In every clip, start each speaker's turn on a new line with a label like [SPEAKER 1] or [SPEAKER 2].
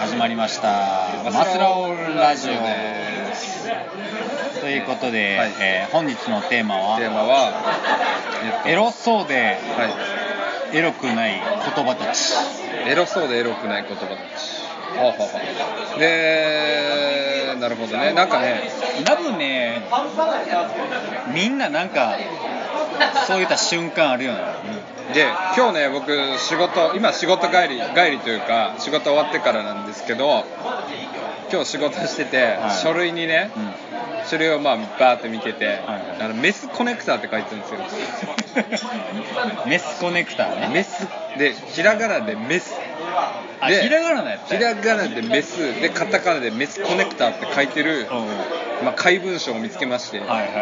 [SPEAKER 1] 始まりました「マスラオラジオ」ということで、
[SPEAKER 2] はい
[SPEAKER 1] えー本日のテーマ
[SPEAKER 2] テー
[SPEAKER 1] は
[SPEAKER 2] マは、
[SPEAKER 1] 「エロそうで
[SPEAKER 2] は
[SPEAKER 1] エロくない言葉たち
[SPEAKER 2] い、エロそうでエロくない言葉たちほうほうほうでなるほどねなんかね」
[SPEAKER 1] 多分ねみんななんかそういった瞬間あるよね、
[SPEAKER 2] で今日ね僕仕事今仕事帰り帰りというか仕事終わってからなんですけど今日仕事してて、
[SPEAKER 1] はい
[SPEAKER 2] 書類にね、
[SPEAKER 1] うん
[SPEAKER 2] 書類をまあバーって見てて、
[SPEAKER 1] はい
[SPEAKER 2] あのメスコネクターって書いてるんですよ
[SPEAKER 1] メスコネクターね
[SPEAKER 2] メスでひらがなでメス
[SPEAKER 1] あ
[SPEAKER 2] で
[SPEAKER 1] ひらがなのやった
[SPEAKER 2] ひらがなでメスでカタカナでメスコネクターって書いてる、
[SPEAKER 1] うんうん
[SPEAKER 2] まあ、怪文書を見つけまして、
[SPEAKER 1] はいはいはいは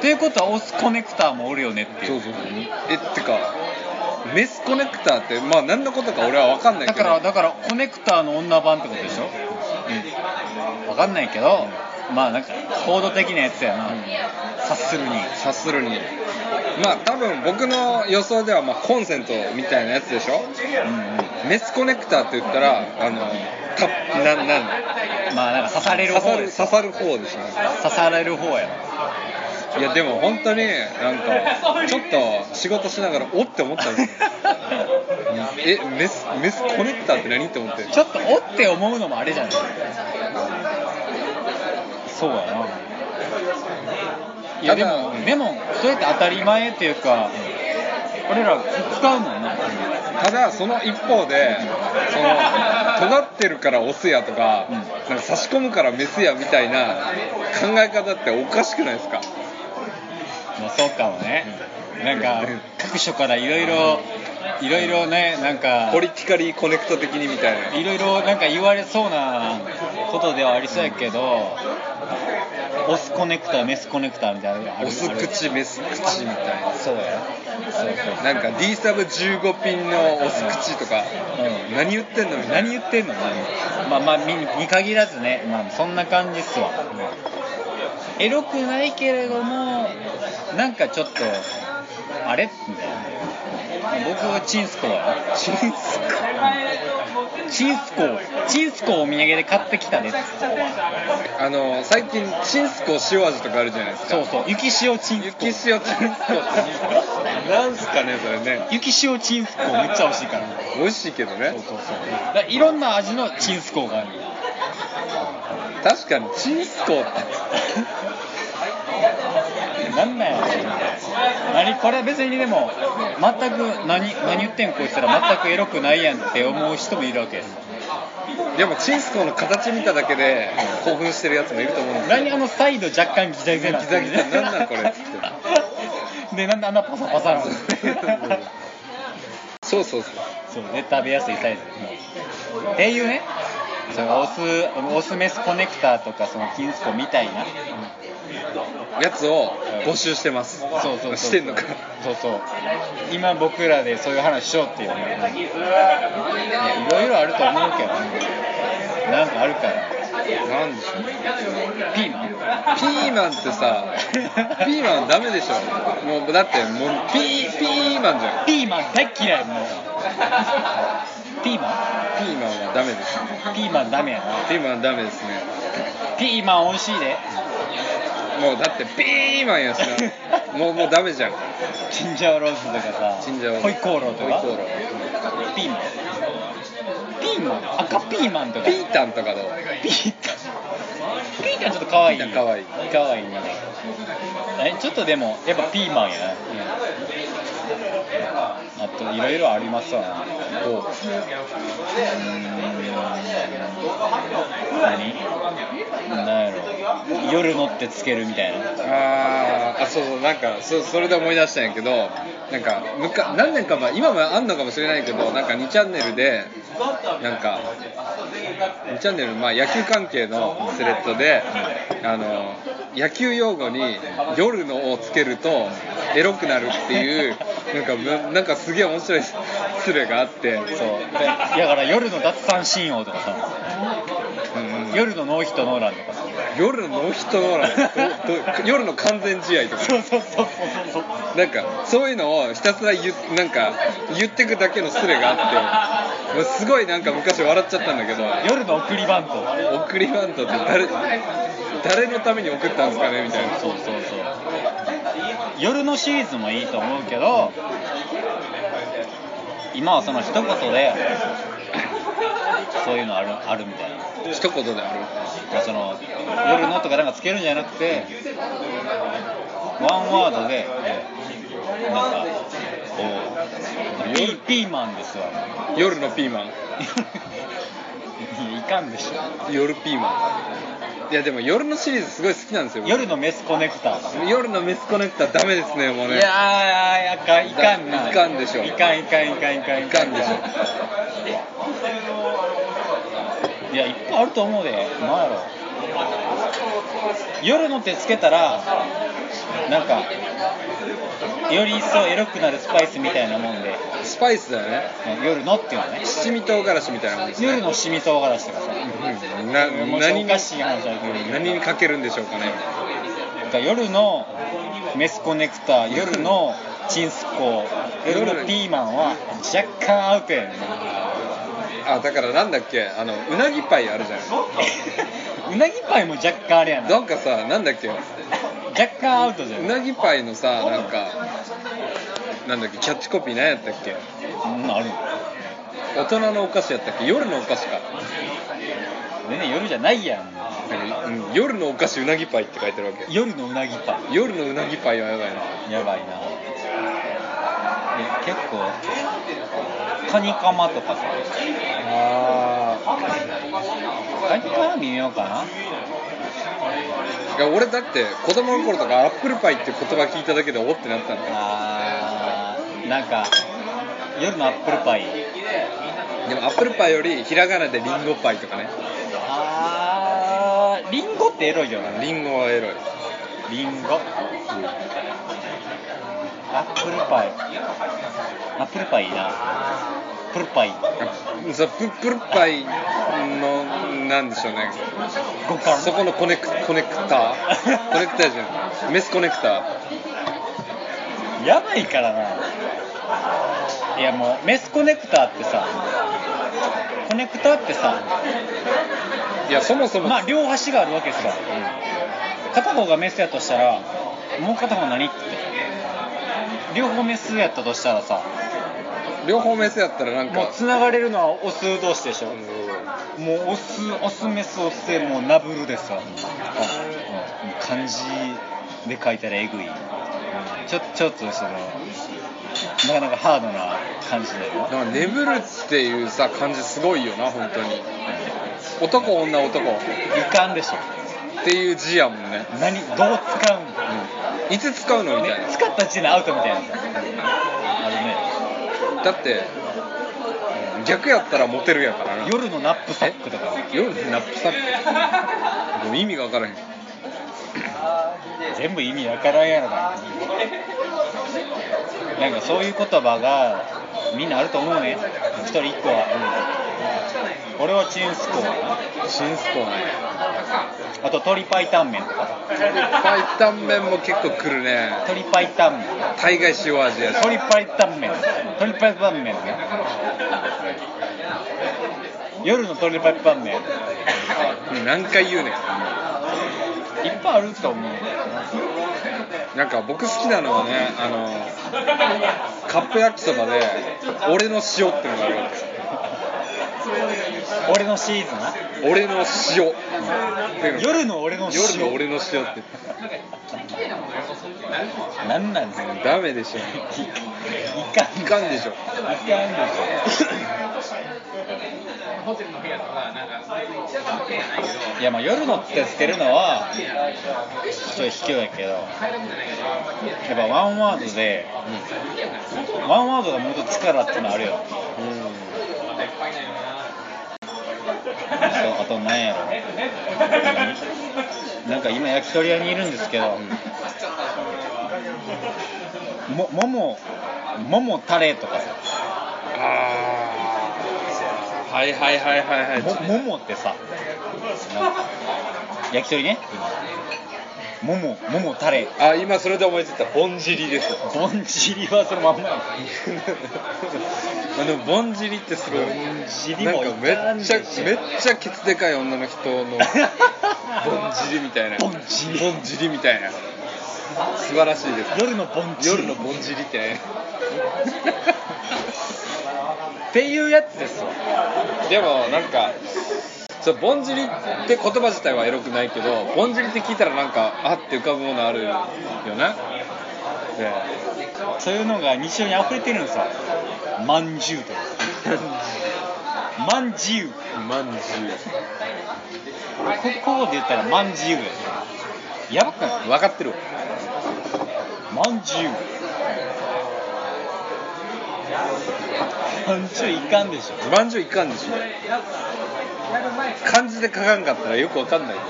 [SPEAKER 1] いということはオスコネクターもおるよねっていう
[SPEAKER 2] そうそうそうえってかメスコネクターってまあ何のことか俺は分かんない
[SPEAKER 1] だ
[SPEAKER 2] けど
[SPEAKER 1] からだからコネクターの女版ってことでしょ、う分かんないけど、まあなんかコード的なやつやな、
[SPEAKER 2] うん
[SPEAKER 1] 察するに
[SPEAKER 2] 察するにまあ多分僕の予想ではまあコンセントみたいなやつでしょメスコネクターって言ったらあのたななん
[SPEAKER 1] まあなんか刺される
[SPEAKER 2] 刺さ
[SPEAKER 1] 方
[SPEAKER 2] る
[SPEAKER 1] です
[SPEAKER 2] 刺
[SPEAKER 1] 刺
[SPEAKER 2] さる方でしょ
[SPEAKER 1] される方 や
[SPEAKER 2] いやでも本当になんかちょっと仕事しながらおって思ったんですよえメスメスコネクターって何って思って
[SPEAKER 1] ちょっとおって思うのもあれじゃないそうやないやでも
[SPEAKER 2] ただ
[SPEAKER 1] でもそうやって当たり前っていうか俺ら使うもんな
[SPEAKER 2] ただその一方でその尖ってるからオスやとか,、
[SPEAKER 1] うん
[SPEAKER 2] なんか差し込むからメスやみたいな考え方っておかしくないですか
[SPEAKER 1] まあそうかもね、なんか各所からいろいろいろいろねなんか
[SPEAKER 2] ポリティカリーコネクト的にみたいない
[SPEAKER 1] ろいろなんか言われそうなことではありそうやけど、オスコネクターメスコネクターみたいなのがある
[SPEAKER 2] オス口メス口みたいな
[SPEAKER 1] そうやそうそう
[SPEAKER 2] なんか D サブ15ピンのオス口とか
[SPEAKER 1] うん
[SPEAKER 2] 何言ってんのみたいな
[SPEAKER 1] 何言ってんのまあまあ見に限らずね、まあ、そんな感じっすわ、エロくないけれどもなんかちょっとあれみたいな僕はチンスコだよチンスコチンスコチンスコをお土産で買ってきたね
[SPEAKER 2] あの最近チンスコ塩味とかあるじゃないですか
[SPEAKER 1] そうそう雪塩チンスコ
[SPEAKER 2] 雪塩チンスコってなんすかねそれね
[SPEAKER 1] 雪塩チンスコめっちゃ美味しいから
[SPEAKER 2] 美味しいけどね
[SPEAKER 1] そうそうだからいろんな味のチンスコがある
[SPEAKER 2] 確かにチンスコって
[SPEAKER 1] なんなんやろ何これ別にでも全く何何言ってんこいつら全くエロくないやんって思う人もいるわけ
[SPEAKER 2] でもチンスコの形見ただけで興奮してるやつもいると思うんですよ
[SPEAKER 1] 何あのサイド若干ギザギザなってる
[SPEAKER 2] ギザギザなんなんこれっつ
[SPEAKER 1] でなんであんなパサパサなの
[SPEAKER 2] そうそうそう
[SPEAKER 1] そうで食べやすいサイズっていうねそのオスオスメスコネクターとかその金スコみたいな
[SPEAKER 2] やつを募集してます
[SPEAKER 1] そうそうそう
[SPEAKER 2] してんのか
[SPEAKER 1] そうそう今僕らでそういう話しようっていうねいろいろあると思うけどねなんかあるから
[SPEAKER 2] なんでしょうね
[SPEAKER 1] ピーマン
[SPEAKER 2] ピーマンってさピーマンダメでしょもうだってもうピーピーマンじゃん
[SPEAKER 1] ピーマン大っ嫌いもうピーマ
[SPEAKER 2] ピーマンはダメですね
[SPEAKER 1] ンピーマンダメやな
[SPEAKER 2] ピーマンはダメですね
[SPEAKER 1] ピーマン美味しいで
[SPEAKER 2] もうだってピーマンやし なもうもうダメじゃん
[SPEAKER 1] チンジャオロースとかさ
[SPEAKER 2] チンジャオ
[SPEAKER 1] ホイコーローとか
[SPEAKER 2] ホイコーロー
[SPEAKER 1] ピーマンピーマン赤ピーマンとか
[SPEAKER 2] ピータンとかどう
[SPEAKER 1] ピータンピータンちょっと可愛い
[SPEAKER 2] ピータン可愛い
[SPEAKER 1] 可愛いねえちょっとでもやっぱピーマンやなあといろいろありますわな
[SPEAKER 2] おう
[SPEAKER 1] 何何やろ夜乗ってつけるみたいな
[SPEAKER 2] あーあそうそうなんかそそれで思い出したんやけどなんかむか何年か前今もあんのかもしれないけどなんか2チャンネルでなんか2チャンネル、まあ、野球関係のスレッドであの野球用語に「夜の」をつけるとエロくなるっていうなんかむなんかすげえ面白いスレがあって
[SPEAKER 1] そうでだから夜の奪三振王とかさ
[SPEAKER 2] うんうん
[SPEAKER 1] 夜のノーヒットノーランとかさ
[SPEAKER 2] 夜のノーヒットノーランどど夜の完全試合とか
[SPEAKER 1] そうそうそうそうそう
[SPEAKER 2] なんかそういうのをひたすら言うなんか言ってくだけのスレがあってもうすごいなんか昔笑っちゃったんだけど
[SPEAKER 1] 夜の送りバント
[SPEAKER 2] 送りバントって誰誰のために送ったんですかねみたいな
[SPEAKER 1] そうそうそう夜のシリーズもいいと思うけど今はその一言でそういうのあるあるみたいな
[SPEAKER 2] 一言である
[SPEAKER 1] その夜のとかなんかつけるんじゃなくてワンワードでなんかこうピーピーマンですわ
[SPEAKER 2] 夜のピーマン
[SPEAKER 1] いやいかんでしょ
[SPEAKER 2] 夜ピーマンいやでも夜のシリーズすごい好きなんですよ
[SPEAKER 1] 夜のメスコネクター
[SPEAKER 2] 僕夜のメスコネクターダメですねもう
[SPEAKER 1] い
[SPEAKER 2] ね
[SPEAKER 1] やーいかんいかんない
[SPEAKER 2] かんでしょ
[SPEAKER 1] いかんいかんいかんいかん
[SPEAKER 2] いかんでしょ
[SPEAKER 1] いやいっぱいあると思うで何やろ夜の手つけたらなんかより一層エロくなるスパイスみたいなもんで
[SPEAKER 2] スパイスだよね
[SPEAKER 1] 夜のっていうのはね
[SPEAKER 2] 七味唐辛子みたいなもんですね
[SPEAKER 1] 夜のしみ唐辛子とかさ
[SPEAKER 2] うんな
[SPEAKER 1] もう
[SPEAKER 2] 何
[SPEAKER 1] お
[SPEAKER 2] に
[SPEAKER 1] かしい話だけど
[SPEAKER 2] 何にかけるんでしょうかね
[SPEAKER 1] なんか夜のメスコネクター夜のチンスコー夜のピーマンは若干アウトやね
[SPEAKER 2] あだからなんだっけあのうなぎパイあるじゃな
[SPEAKER 1] うなぎパイも若干あれや
[SPEAKER 2] い
[SPEAKER 1] な
[SPEAKER 2] な
[SPEAKER 1] 若
[SPEAKER 2] んかさなんだっけ
[SPEAKER 1] 干アウトじゃ
[SPEAKER 2] うんなぎパイのさなんかなんだっけキャッチコピー何やったっけ
[SPEAKER 1] うんある
[SPEAKER 2] 大人のお菓子やったっけ夜のお菓子か
[SPEAKER 1] 全然夜じゃないやん
[SPEAKER 2] うん夜のお菓子うなぎパイって書いてるわけ
[SPEAKER 1] 夜のうなぎパ
[SPEAKER 2] 夜のうなぎパイはやばいな
[SPEAKER 1] イやばいなえ結構カニカマとかさ
[SPEAKER 2] あ
[SPEAKER 1] カニカマ微妙かな
[SPEAKER 2] あ俺だって子供の頃とかアップルパイって言葉聞いただけでおってなったんだよ
[SPEAKER 1] あーなんか夜のアップルパイ
[SPEAKER 2] でもアップルパイよりひらがなでリンゴパイとかね
[SPEAKER 1] あーリンゴってエロいよな
[SPEAKER 2] リンゴはエロい
[SPEAKER 1] リンゴアップルパイアップルパイいいなアップルパイ
[SPEAKER 2] あそうプップルパイのなんでしょうね
[SPEAKER 1] 五感
[SPEAKER 2] そこのコネクコネクターコネクターじゃないメスコネクター
[SPEAKER 1] やばいからないやもうメスコネクターってさコネクターってさ
[SPEAKER 2] いやそもそも、
[SPEAKER 1] まあ両端があるわけですよ片方がメスやとしたらもう片方何って両方メスやったとしたらさ
[SPEAKER 2] 両方メスやったらなん
[SPEAKER 1] もう
[SPEAKER 2] か
[SPEAKER 1] 繋がれるのはオス同士でしょ、
[SPEAKER 2] うん
[SPEAKER 1] もうオスオスメスオスでもうナブルですわもうもう漢字で書いたらえぐいちょちょっとそのなかなかハードな感じだよ
[SPEAKER 2] だから眠るっていうさ感じすごいよな本当に男女男っ
[SPEAKER 1] いかんでしょ
[SPEAKER 2] ていう字やもんね、
[SPEAKER 1] 何どう使うんだ
[SPEAKER 2] うん、いつ使うのみたい
[SPEAKER 1] ね、使った時点でアウトみたいなさあるね
[SPEAKER 2] なだってうん逆やったらモテるやからな
[SPEAKER 1] 夜のナップサックとか
[SPEAKER 2] 夜のナップサックでも意味が分からへん
[SPEAKER 1] 全部意味わからんやろななんかそういう言葉がみんなあると思うね一人一個は、俺はチンスコー
[SPEAKER 2] 新スコはね
[SPEAKER 1] あと鶏白湯麺とか
[SPEAKER 2] 白湯麺も結構くるね
[SPEAKER 1] 鶏白湯麺
[SPEAKER 2] 大概塩味やし
[SPEAKER 1] 鶏白湯麺鶏白湯麺ね夜の鶏白湯麺いっ
[SPEAKER 2] 何回言うねん
[SPEAKER 1] ぱいあると思う
[SPEAKER 2] なんか僕好きなのはねあのカップ焼きそばで俺の塩ってのがあるわけ
[SPEAKER 1] 俺のシーズンな
[SPEAKER 2] 俺の塩っていうの
[SPEAKER 1] 夜の俺の塩
[SPEAKER 2] 夜の俺の塩って
[SPEAKER 1] なんなんですか
[SPEAKER 2] ダメでしょ
[SPEAKER 1] いかん
[SPEAKER 2] いかんでし
[SPEAKER 1] い
[SPEAKER 2] ょ
[SPEAKER 1] かんでしょいやまあ夜のってつけるのはちょっと卑怯やけどやっぱワンワードで、ワンワードが持つ力ってのあるよあとあと何やろなんか今焼き鳥屋にいるんですけど、もももももタレとかさ
[SPEAKER 2] あーはいはいはいはいはい
[SPEAKER 1] もももってさなんか焼き鳥ねももももタレ
[SPEAKER 2] あ今それで思いついたぼんじりです
[SPEAKER 1] ぼんじりはそのまんまや
[SPEAKER 2] あのぼんじりってすごい
[SPEAKER 1] ぼんじり
[SPEAKER 2] なん
[SPEAKER 1] も
[SPEAKER 2] か
[SPEAKER 1] い
[SPEAKER 2] め
[SPEAKER 1] かん
[SPEAKER 2] っ
[SPEAKER 1] で
[SPEAKER 2] ち
[SPEAKER 1] し
[SPEAKER 2] ゃ
[SPEAKER 1] ょ
[SPEAKER 2] めっちゃケツでかい女の人のぼんじりみたいな
[SPEAKER 1] ぼんじり
[SPEAKER 2] ぼんじりみたいな素晴らしいです
[SPEAKER 1] 夜のぼんじり
[SPEAKER 2] 夜のぼんじりってね
[SPEAKER 1] っていうやつですわ
[SPEAKER 2] でもなんかそうぼんじりって言葉自体はエロくないけどぼんじりって聞いたらなんかあって浮かぶものあるよねで
[SPEAKER 1] そういうのが日常に溢れてるんですよまんじゅうとかまんじゅう
[SPEAKER 2] まんじゅう
[SPEAKER 1] ここで言ったらまんじゅうやねやばくない
[SPEAKER 2] 分かってるわ
[SPEAKER 1] まんじゅうまんじゅういかんでしょ
[SPEAKER 2] まんじゅういかんでしょ漢字で書かんかったらよくわかんない
[SPEAKER 1] 漢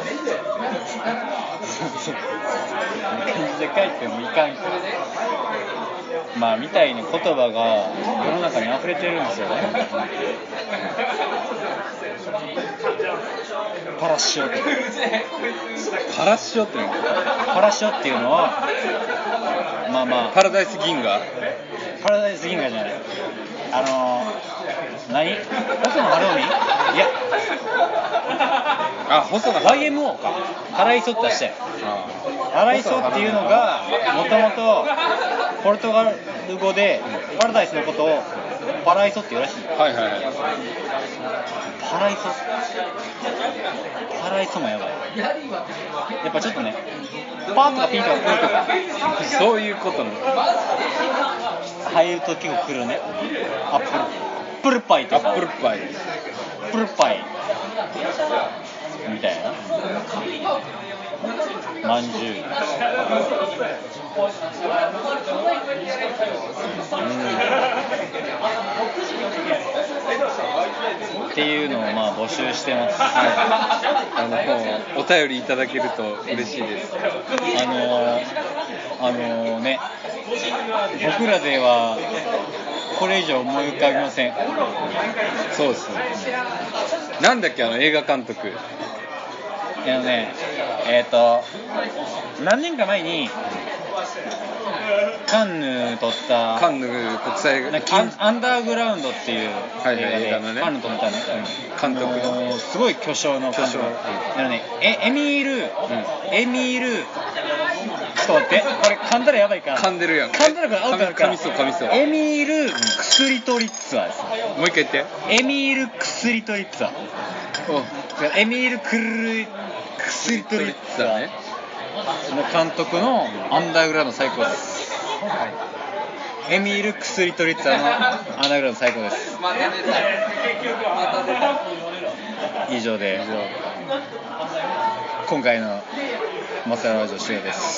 [SPEAKER 1] 字で書いてもいかんから まあみたいに言葉が世の中に溢れてるんですよねパラシオって
[SPEAKER 2] パラシオってなんだ
[SPEAKER 1] パラシオっていうのはまあまあ
[SPEAKER 2] パラダイス銀河
[SPEAKER 1] パラダイス銀河じゃないあのー、何細野晴臣いや
[SPEAKER 2] あ細田
[SPEAKER 1] YMO か払いそったしたよ払いそっていうのがもともとポルトガル語でパラダイスのことをパライソって言うらしい
[SPEAKER 2] はいはいはい
[SPEAKER 1] パライソパライソもやばいやっぱちょっとねパーとかピンとか来るとか
[SPEAKER 2] そういうことなの
[SPEAKER 1] 入ると結構来るねアップルプルパイ
[SPEAKER 2] ア
[SPEAKER 1] とか
[SPEAKER 2] ップルパイ
[SPEAKER 1] プルパイみたいなまんじゅうっていうのをまあ募集してます、
[SPEAKER 2] はいあのお便りいただけると嬉しいです
[SPEAKER 1] あのー、あのーね僕らではこれ以上思い浮かびません
[SPEAKER 2] そうですねなんだっけあの映画監督
[SPEAKER 1] あのね、えっ、と、何年か前に、カンヌ撮った、
[SPEAKER 2] カンヌ国際
[SPEAKER 1] な
[SPEAKER 2] 映
[SPEAKER 1] ん
[SPEAKER 2] 画
[SPEAKER 1] かアンアンダーグラウンドっていう映画
[SPEAKER 2] いはい映画の
[SPEAKER 1] で、
[SPEAKER 2] ね
[SPEAKER 1] カンヌ撮ったね、
[SPEAKER 2] 監督の
[SPEAKER 1] あのーすごい巨匠の監督
[SPEAKER 2] 巨匠
[SPEAKER 1] あのね、えエミール、エミール、ちょっと待って、これ噛んだらやばいから、
[SPEAKER 2] 噛んでるやん
[SPEAKER 1] 噛んだらこれアウトだから、
[SPEAKER 2] 噛みそう噛みそう
[SPEAKER 1] エミール・クスリトリッツァです。
[SPEAKER 2] もう一回言って
[SPEAKER 1] エミール・クスリトリッツァ。エミール・クルルクスリトリッツァ
[SPEAKER 2] ね
[SPEAKER 1] の監督のアンダーグラウンド最高です、エミール・クスリトリッツァのアンダーグラウンド最高です以上で今回の「マサララジオ」終了です